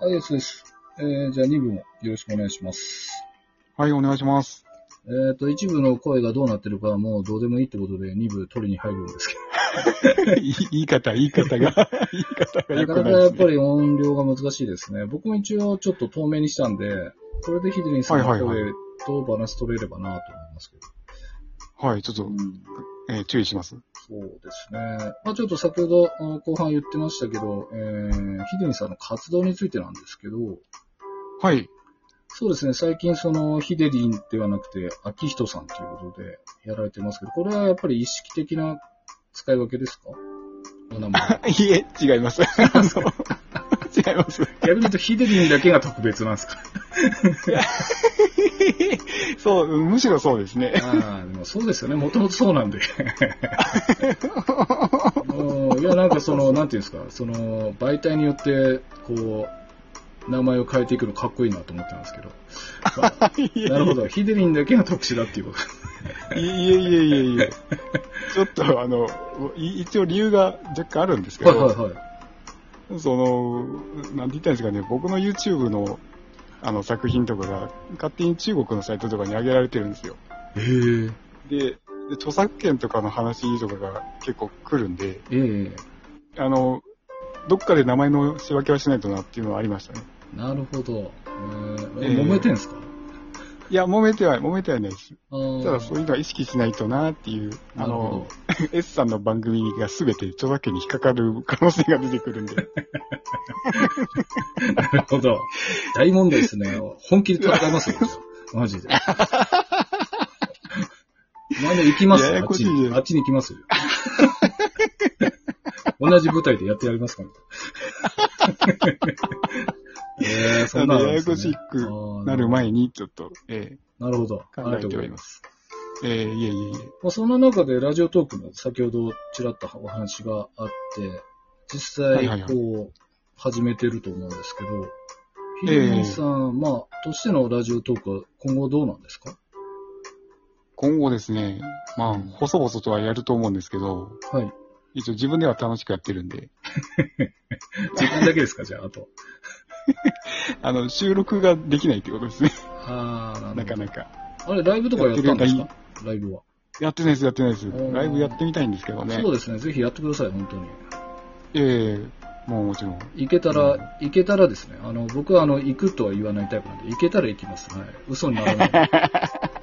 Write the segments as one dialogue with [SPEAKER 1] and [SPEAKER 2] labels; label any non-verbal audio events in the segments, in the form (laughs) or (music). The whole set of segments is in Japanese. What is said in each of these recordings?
[SPEAKER 1] はい、やつです。えー、じゃあ2部もよろしくお願いします。
[SPEAKER 2] はい、お願いします。 (laughs)
[SPEAKER 1] えっ、と、一部の声がどうなってるかはもうどうでもいいってことで、2部取りに入るんですけ
[SPEAKER 2] 言い言い方、言い
[SPEAKER 1] (laughs)
[SPEAKER 2] 方が、言い方が
[SPEAKER 1] ど、な
[SPEAKER 2] 良
[SPEAKER 1] か
[SPEAKER 2] く
[SPEAKER 1] なか
[SPEAKER 2] ないで
[SPEAKER 1] やっ
[SPEAKER 2] す、
[SPEAKER 1] ぱ
[SPEAKER 2] ね。
[SPEAKER 1] り音量が難しいですね。僕も一応ちょっと透明にしたんで、これでヒデリンさんの
[SPEAKER 2] はいはい
[SPEAKER 1] 声とバランス取れればなと思いますけど。
[SPEAKER 2] はい、ちょっと、
[SPEAKER 1] うん
[SPEAKER 2] えー注意します。
[SPEAKER 1] そうですね。まあちょっと先ほどあの後半言ってましたけど、えー、ヒデリンさんの活動についてなんですけど、
[SPEAKER 2] はい、 (laughs)
[SPEAKER 1] そうですね、最近その、ヒデリンではなくて、秋人さんということでやられてますけど、これはやっぱり意識的な使い分けですかお名前 (laughs)
[SPEAKER 2] いえ、違います。 (laughs) あの違います。 (laughs)
[SPEAKER 1] 逆に言うと、ヒデリンだけが特別なんですか
[SPEAKER 2] そう、むしろそうですね。
[SPEAKER 1] ああ、でも (laughs) そうですよね、もともとそう (laughs) なんで。うんいや、なんかその、なんていうんですか、その、媒体によって、こう、名前を変えていくのかっこいいなと思ってます (laughs) けど。
[SPEAKER 2] いえ
[SPEAKER 1] なるほど、ヒデリンだけが特殊だっていうこと。
[SPEAKER 2] (laughs) いえいえいえいえ。ちょっと、あの、い一応理由が若干あるんですけど、
[SPEAKER 1] はいはいはい。
[SPEAKER 2] その、なんて言ったらいいんですかね、僕の YouTube の、あの作品とかが勝手に中国のサイトとかに上げられてるんですよ。
[SPEAKER 1] えー、
[SPEAKER 2] で、で著作権とかの話とかが結構来るんで、
[SPEAKER 1] ええ
[SPEAKER 2] あの、どっかで名前の仕分けはしないとなっていうのはありましたね。
[SPEAKER 1] なるほど。えー、え
[SPEAKER 2] えー
[SPEAKER 1] 揉めてんすか
[SPEAKER 2] いや、揉めては、揉めてはないです。
[SPEAKER 1] あー
[SPEAKER 2] ただそういうのは意識しないとなっていう、あ
[SPEAKER 1] なるほ
[SPEAKER 2] の、S さんの番組が全て著作権に引っかかる可能性が出てくるんで、
[SPEAKER 1] ど。なるほど。 (laughs) 大問題ですね。本気で戦い
[SPEAKER 2] (laughs)
[SPEAKER 1] ますよ。マジで。まだ行きます
[SPEAKER 2] いやや
[SPEAKER 1] よ。あ
[SPEAKER 2] や
[SPEAKER 1] っ
[SPEAKER 2] こ
[SPEAKER 1] ち
[SPEAKER 2] しいね
[SPEAKER 1] に。あっちに行きますよ。 (laughs) 同じ舞台でやってやりますから。
[SPEAKER 2] (laughs)
[SPEAKER 1] えー、そんなのあるんですね、
[SPEAKER 2] ややこしく
[SPEAKER 1] あー
[SPEAKER 2] なる前にちょっと、え
[SPEAKER 1] なるほど。。
[SPEAKER 2] 考えておりますえええいえいえい
[SPEAKER 1] まあ、その中でラジオトークも先ほどちらっとお話があって、実
[SPEAKER 2] は
[SPEAKER 1] 際
[SPEAKER 2] いはいはい
[SPEAKER 1] こう始めてると思うんですけど、ヒ
[SPEAKER 2] ええ
[SPEAKER 1] デリンさん、まあ、としてのラジオトークは今後どうなんですか
[SPEAKER 2] 今後ですね、まあ、細々とはやると思うんですけど、
[SPEAKER 1] はい。
[SPEAKER 2] 一応自分では楽しくやってるんで、
[SPEAKER 1] 自分だけですか、じゃあ、あと。
[SPEAKER 2] あの、収録ができないってことですね、
[SPEAKER 1] ああ、
[SPEAKER 2] なか
[SPEAKER 1] か。
[SPEAKER 2] なか。
[SPEAKER 1] あれ、ライブとかやったんです
[SPEAKER 2] やっ
[SPEAKER 1] かライブは、
[SPEAKER 2] やってないです、やってないです。
[SPEAKER 1] ー
[SPEAKER 2] ライブやってみたいんですけどね
[SPEAKER 1] そう。ですね、ぜひやってください、本当に。
[SPEAKER 2] ええもうもちろん。
[SPEAKER 1] 行けたら、行けたらですね、あの、僕はあの、行くとは言わないタイプなんで、行けたら行きます。はい。嘘にならない。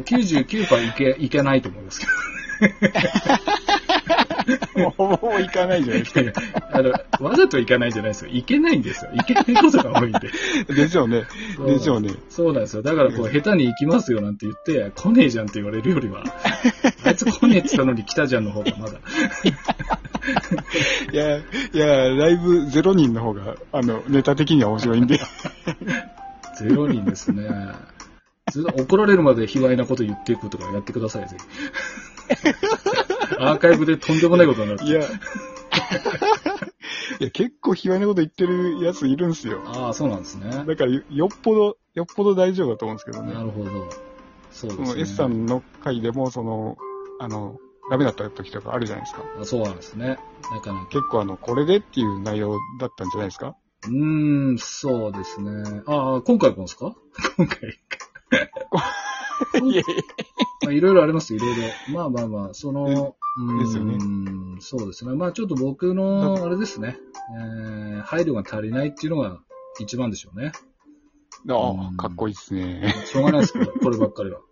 [SPEAKER 1] 99%行け、行けないと思いますけど
[SPEAKER 2] もう、もう行かないじゃないですか。
[SPEAKER 1] あの、わざと行かないんじゃないですよ。行けないんですよ。行けないことが多いんで。
[SPEAKER 2] (laughs) (laughs) でしょうね。でしょうね。
[SPEAKER 1] そうなんですよ。だからこう、下手に行きますよなんて言って、来ねえじゃんって言われるより
[SPEAKER 2] (laughs)
[SPEAKER 1] は、あいつ来ねえって言ったのに来たじゃんの方がまだ。
[SPEAKER 2] いや、いや、ライブ0人の方が、あの、ネタ的には面白いんで。
[SPEAKER 1] ゼロ人ですね。ず怒られるまで卑猥なこと言っていくとかやってください、ぜ
[SPEAKER 2] (laughs)
[SPEAKER 1] ひ。アーカイブでとんでもないことになる。
[SPEAKER 2] いや、いや結構卑猥なこと言ってるやついるんすよ。
[SPEAKER 1] ああ、そうなんですね。
[SPEAKER 2] だからよ、よっぽど、よっぽど大丈夫だと思うんですけど
[SPEAKER 1] な
[SPEAKER 2] ね。
[SPEAKER 1] るほど。そうで
[SPEAKER 2] その
[SPEAKER 1] す
[SPEAKER 2] S
[SPEAKER 1] ね
[SPEAKER 2] さ。んの回でも、その、あの、ダメだった時とかあるじゃないですか。
[SPEAKER 1] あそうなんですね。なかなか。
[SPEAKER 2] 結構あの、これでっていう内容だったんじゃないですか
[SPEAKER 1] うーん、そうですね。ああ、今回もですか今回。
[SPEAKER 2] いや
[SPEAKER 1] まあ、いろいろあります、いろいろ。まあまあまあ、その、う
[SPEAKER 2] ですよね
[SPEAKER 1] んそうですね。まあちょっと僕の、あれですね、えー、配慮が足りないっていうのが一番でしょうね。
[SPEAKER 2] ああ、かっこいいですね。
[SPEAKER 1] しょうがないです
[SPEAKER 2] (laughs)
[SPEAKER 1] けど、こればっかりは。は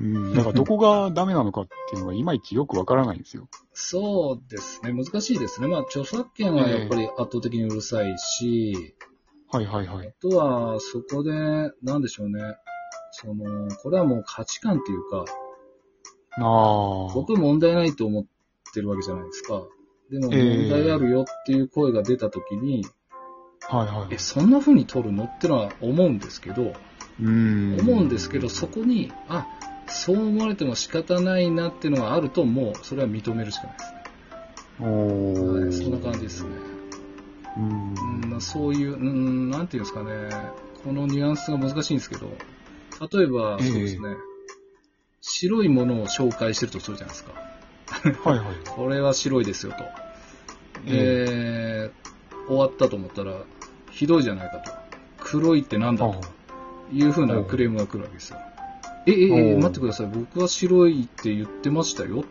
[SPEAKER 1] い。
[SPEAKER 2] うん。だからどこがダメなのかっていうのがいまいちよくわからないんですよ。
[SPEAKER 1] そうですね、難しいですね。まあ著作権はやっぱり圧倒的にうるさいし、
[SPEAKER 2] はいはいはい。
[SPEAKER 1] あとは、そこで、なんでしょうね。その、これはもう価値観っていうか、
[SPEAKER 2] ああ。
[SPEAKER 1] 僕問題ないと思ってるわけじゃないですか。でも
[SPEAKER 2] ええ
[SPEAKER 1] 問題あるよっていう声が出たときに、
[SPEAKER 2] はいはい。
[SPEAKER 1] え、そんな風に撮るのってのは思うんですけど、
[SPEAKER 2] うん。
[SPEAKER 1] 思うんですけど、そこに、あ、そう思われても仕方ないなっていうのがあると、もうそれは認めるしかない
[SPEAKER 2] お
[SPEAKER 1] で
[SPEAKER 2] ー
[SPEAKER 1] すね。はい、そんな感じですね。
[SPEAKER 2] うん。
[SPEAKER 1] うん、そういう、うん、なんていうんですかね、このニュアンスが難しいんですけど、例えば、
[SPEAKER 2] ええ
[SPEAKER 1] そうですね、白いものを紹介してるとするじゃないですか。
[SPEAKER 2] はいはい。
[SPEAKER 1] これは白いですよと。で、終わったと思ったら、ひどいじゃないかと。黒いってなんだというふうなクレームが来るわけですよ。え、え、え、
[SPEAKER 2] おう
[SPEAKER 1] 待ってください。僕は白いって言ってましたよっ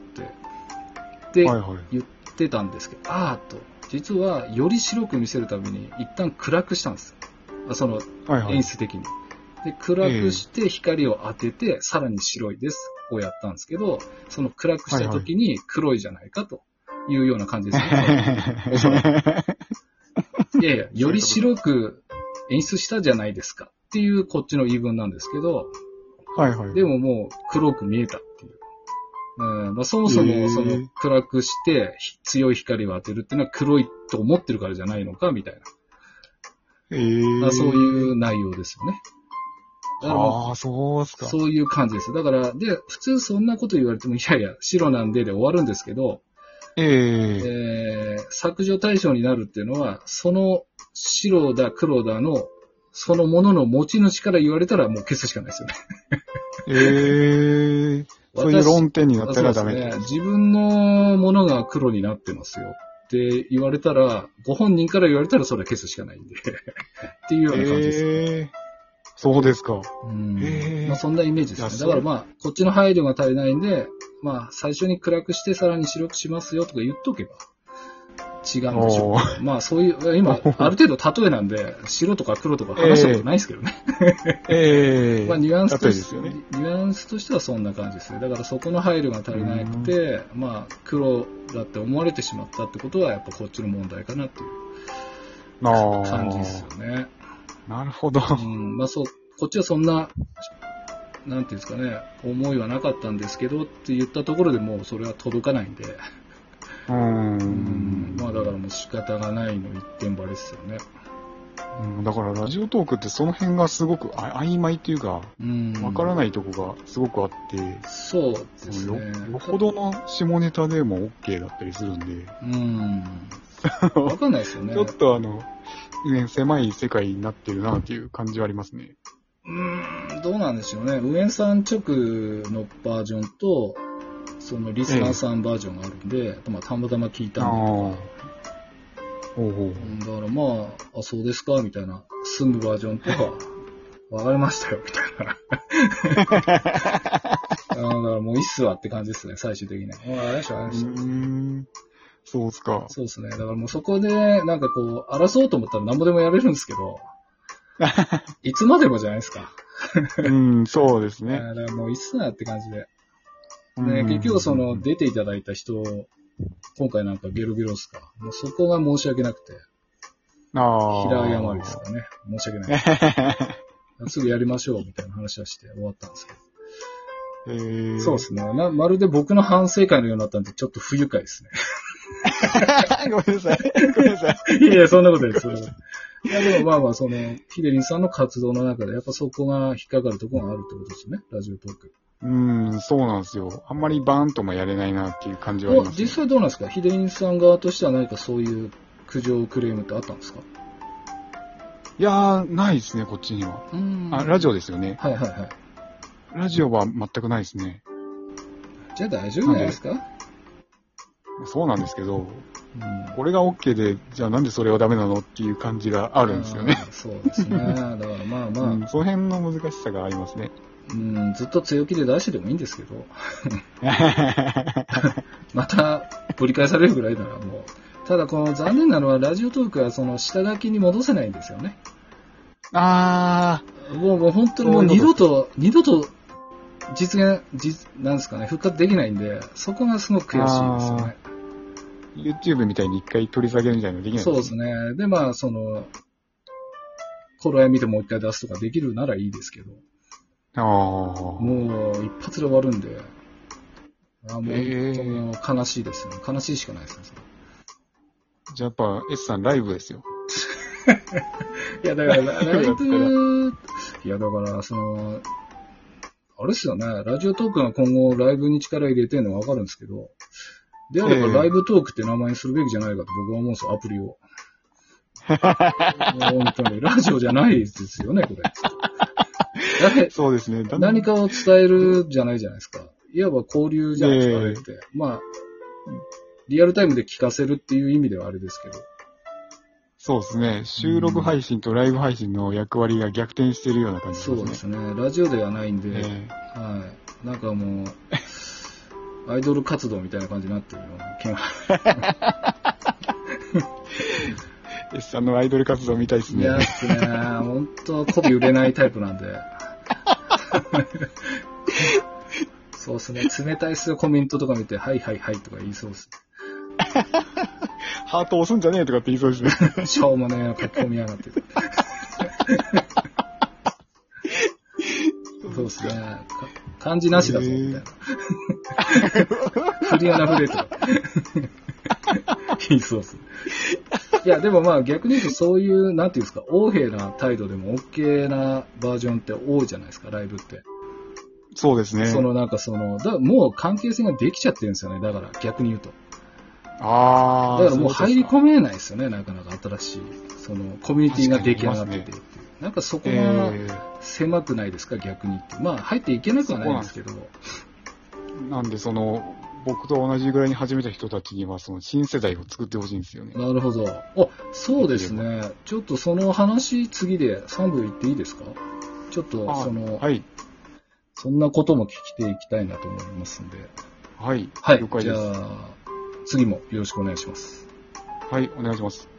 [SPEAKER 1] て。で、
[SPEAKER 2] はいはい。
[SPEAKER 1] 言ってたんですけど、ああと。実は、より白く見せるために、一旦暗くしたんですよ。あその、
[SPEAKER 2] はいはい
[SPEAKER 1] 演。出的に。で、暗くして光を当てて、さらに白いです。をやったんですけど、その暗くした時に黒いじゃないかというような感じですね。
[SPEAKER 2] (laughs)
[SPEAKER 1] いやいや、より白く演出したじゃないですかっていうこっちの言い分なんですけど、
[SPEAKER 2] (laughs) はいはい。
[SPEAKER 1] でももう黒く見えたっていう。うんまあ、そもそ
[SPEAKER 2] へ
[SPEAKER 1] も
[SPEAKER 2] ー
[SPEAKER 1] その暗くしてひ強い光を当てるっていうのは黒いと思ってるからじゃないのかみたいな、
[SPEAKER 2] えー
[SPEAKER 1] まあ、そういう内容ですよね。だからもう
[SPEAKER 2] ああ、そうっすか。
[SPEAKER 1] そういう感じです。だから、で、普通そんなこと言われても、いやいや、白なんでで終わるんですけど、
[SPEAKER 2] ええ
[SPEAKER 1] えー削除対象になるっていうのは、その白だ黒だの、そのものの持ち主から言われたらもう消すしかないですよね。
[SPEAKER 2] えー (laughs) そういう論点になったらダメ
[SPEAKER 1] そうで
[SPEAKER 2] って
[SPEAKER 1] す
[SPEAKER 2] こ
[SPEAKER 1] ね。自分のものが黒になってますよって言われたら、ご本人から言われたらそれは消すしかないんで。 (laughs) っていうよ
[SPEAKER 2] と
[SPEAKER 1] うな感じです。
[SPEAKER 2] えーそうですか。
[SPEAKER 1] うん
[SPEAKER 2] へー
[SPEAKER 1] まあ、そんなイメージで
[SPEAKER 2] いや
[SPEAKER 1] す
[SPEAKER 2] そ
[SPEAKER 1] ね。
[SPEAKER 2] う
[SPEAKER 1] だからまあ、こっちの配慮が足りないんで、まあ、最初に暗くしてさらに白くしますよとか言っとけば、違うんでしょ
[SPEAKER 2] おー
[SPEAKER 1] う。まあ、そういう、今、ある程度例えなんで、白とか黒とか話したことないですけどね。
[SPEAKER 2] ええ
[SPEAKER 1] まあ、ニュアンスとして、
[SPEAKER 2] 例えですよ
[SPEAKER 1] ニュアンスとしてはそんな感じですね。だからそこの配慮が足りなくて、まあ、黒だって思われてしまったってことは、やっぱこっちの問題かなっていう
[SPEAKER 2] ああ。
[SPEAKER 1] 感じですよね。
[SPEAKER 2] なるほど。
[SPEAKER 1] うん、まあそう、こっちはそんな、なんていうんですかね、思いはなかったんですけどって言ったところでもうそれは届かないんで、う
[SPEAKER 2] う。
[SPEAKER 1] んまあだからもう仕方がないの一点張りですよね。
[SPEAKER 2] うんだからラジオトークってその辺がすごくあ曖昧っていうか、
[SPEAKER 1] うん。
[SPEAKER 2] わから
[SPEAKER 1] い。
[SPEAKER 2] ないとこがすごくあって、
[SPEAKER 1] そうで
[SPEAKER 2] そ
[SPEAKER 1] す
[SPEAKER 2] の
[SPEAKER 1] ね
[SPEAKER 2] よ。よほどの下ネタでも OK だったりするんで、
[SPEAKER 1] うん。わかんないですよね。
[SPEAKER 2] (laughs) ちょっとあの、ね、狭い世界になってるなっていう感じはありますね。
[SPEAKER 1] うーん、どうなんでしょうね。ウエンさん直のバージョンと、そのリスナーさんバージョンがあるんで、まあたまたま聞いた
[SPEAKER 2] ああ
[SPEAKER 1] んで
[SPEAKER 2] ー。ほうほう。
[SPEAKER 1] うんだからまあ、あ、そうですか、みたいな。住むバージョンとか、わかりましたよ、みたい (laughs) な。あだからもういいっすわって感じですね、最終的には。ああ、ありました、あり
[SPEAKER 2] う
[SPEAKER 1] ました。
[SPEAKER 2] ーん。そうっすか。
[SPEAKER 1] そうですね。だからもうそこで、なんかこう、争おうと思ったら何ぼでもやれるんですけ
[SPEAKER 2] (laughs)
[SPEAKER 1] ど、いつまでもじゃないですか。
[SPEAKER 2] うん、そうです
[SPEAKER 1] あ
[SPEAKER 2] ね。
[SPEAKER 1] ーだからもういいっすなって感じで。
[SPEAKER 2] う
[SPEAKER 1] ね、
[SPEAKER 2] ん
[SPEAKER 1] 結局その、出ていただいた人、今回なんかゲロゲロっすか。もうそこが申し訳なくて、
[SPEAKER 2] ああ。
[SPEAKER 1] 平山ですかね。申し訳ない。 (laughs) すぐやりましょうみたいな話はして終わったんですけど。
[SPEAKER 2] えー、
[SPEAKER 1] そうですねな。まるで僕の反省会のようになったんで、ちょっと不愉快ですね。
[SPEAKER 2] (laughs) ごめんなさい。ごめんなさい。
[SPEAKER 1] いやいや、そんなことない (laughs) です。そんなことないいや、でもまあまあ、その、ヒデリンさんの活動の中で、やっぱそこが引っかかるところがあるってことですよね、ラジオトーク。
[SPEAKER 2] うん、そうなんですよ。あんまりバーンともやれないなっていう感じはあり
[SPEAKER 1] もう
[SPEAKER 2] ます、ね
[SPEAKER 1] 実。際どうなんですかヒデリンさん側としては何かそういう苦情クレームってあったんですか
[SPEAKER 2] いやー、ないですね、こっちには。
[SPEAKER 1] うん
[SPEAKER 2] あ、ラジオですよね。
[SPEAKER 1] はいはいはい。
[SPEAKER 2] ラジオは全くないですね。
[SPEAKER 1] じゃあ大丈夫じゃないですか、
[SPEAKER 2] そうなんですけど、
[SPEAKER 1] うん
[SPEAKER 2] これが OK で、じゃあなんでそれはダメなのっていう感じがあるんですよね。
[SPEAKER 1] あー。そうですね。だからまあまあ、
[SPEAKER 2] うん、その辺の難しさがあ
[SPEAKER 1] (laughs)
[SPEAKER 2] りますね。
[SPEAKER 1] うん、ずっと強気で出してでもいいんですけど、またぶり返されるぐらいならもう。ただこの残念なのはラジオトークはその下書きに戻せないんですよね。
[SPEAKER 2] あ
[SPEAKER 1] もうもう本当にもう
[SPEAKER 2] そう
[SPEAKER 1] 二
[SPEAKER 2] いうこ
[SPEAKER 1] 度と、二度と実現、実、なんですかね、復活できないんで、そこがすごく悔しいですよね。
[SPEAKER 2] ー、YouTube みたいに一回取り下げるみたいなのできない
[SPEAKER 1] そうですね。でまあその、頃合い見てもう一回出すとかできるならいいですけど、
[SPEAKER 2] あー
[SPEAKER 1] もう一発で終わるんで、あーもう
[SPEAKER 2] えー
[SPEAKER 1] 本当に悲しいですね。悲しいしかないですね。それ
[SPEAKER 2] じゃあやっぱ S さんライブですよ。
[SPEAKER 1] いや、だから、ラ (laughs) イブ、いや、だから、その、あれっすよね、ラジオトークが今後ライブに力入れてるのはわかるんですけど、であれば
[SPEAKER 2] ええ
[SPEAKER 1] ライブトークって名前にするべきじゃないかと僕は思うんですよ、アプリ (laughs) を。本当に。ラジオじゃないですよね、 (laughs) これ。だって、
[SPEAKER 2] そうですね。だんだん
[SPEAKER 1] 何かを伝えるじゃないじゃないですか。いわば交流じゃないですか、あれって。まあ、リアルタイムで聞かせるっていう意味ではあれですけど。
[SPEAKER 2] そうですね。収録配信とライブ配信の役割が逆転してるような感じです
[SPEAKER 1] そ
[SPEAKER 2] ね。
[SPEAKER 1] うですね。ラジオではないんで、
[SPEAKER 2] え
[SPEAKER 1] はい。なんかもう、アイドル活動みたいな感じになってるような気が。
[SPEAKER 2] え S さんのアイドル活動みたいです
[SPEAKER 1] い
[SPEAKER 2] ね
[SPEAKER 1] や。ですね。本当コビ売れないタイプなんで。そうですね。冷たいっすよ、コメントとか見て、はいはいはいとか言いそうです。
[SPEAKER 2] ハート押すんじゃねえとかって言いそうですね。
[SPEAKER 1] しょうもねえ、書き込みやがって。そうですね。か漢字なしだぞ、みたい (laughs) な。振り穴振れとか。いい (laughs) そうっすね。いや、でもまあ逆に言うとそういう、なんていうんですか、横柄な態度でも OK なバージョンって多いじゃないですか、ライブって。
[SPEAKER 2] そうですね。
[SPEAKER 1] そのなんかその、だもう関係性ができちゃってるんですよね、だから逆に言うと。
[SPEAKER 2] ああ。
[SPEAKER 1] だからもう入り
[SPEAKER 2] む。
[SPEAKER 1] 込めないですよね、なかなか新しい、そのコミュニティが出来上がっててっていう。なんかそこが
[SPEAKER 2] え
[SPEAKER 1] 狭くないですか、逆にって。まあ入っていけなくはないんですけど、
[SPEAKER 2] ーなんでその、僕と同じぐらいに始めた人たちには、その新世代を作ってほしいんですよね。
[SPEAKER 1] なるほど。お、そうですね。ちょっとその話、次で3部行っていいですかちょっと、
[SPEAKER 2] あ
[SPEAKER 1] その、
[SPEAKER 2] はい。
[SPEAKER 1] そんなことも聞きていきたいなと思いますんで。
[SPEAKER 2] はい。
[SPEAKER 1] はい
[SPEAKER 2] 了。解
[SPEAKER 1] じ
[SPEAKER 2] で
[SPEAKER 1] ゃ
[SPEAKER 2] す。
[SPEAKER 1] あ、次もよろしくお願いします。
[SPEAKER 2] はい、お願いします。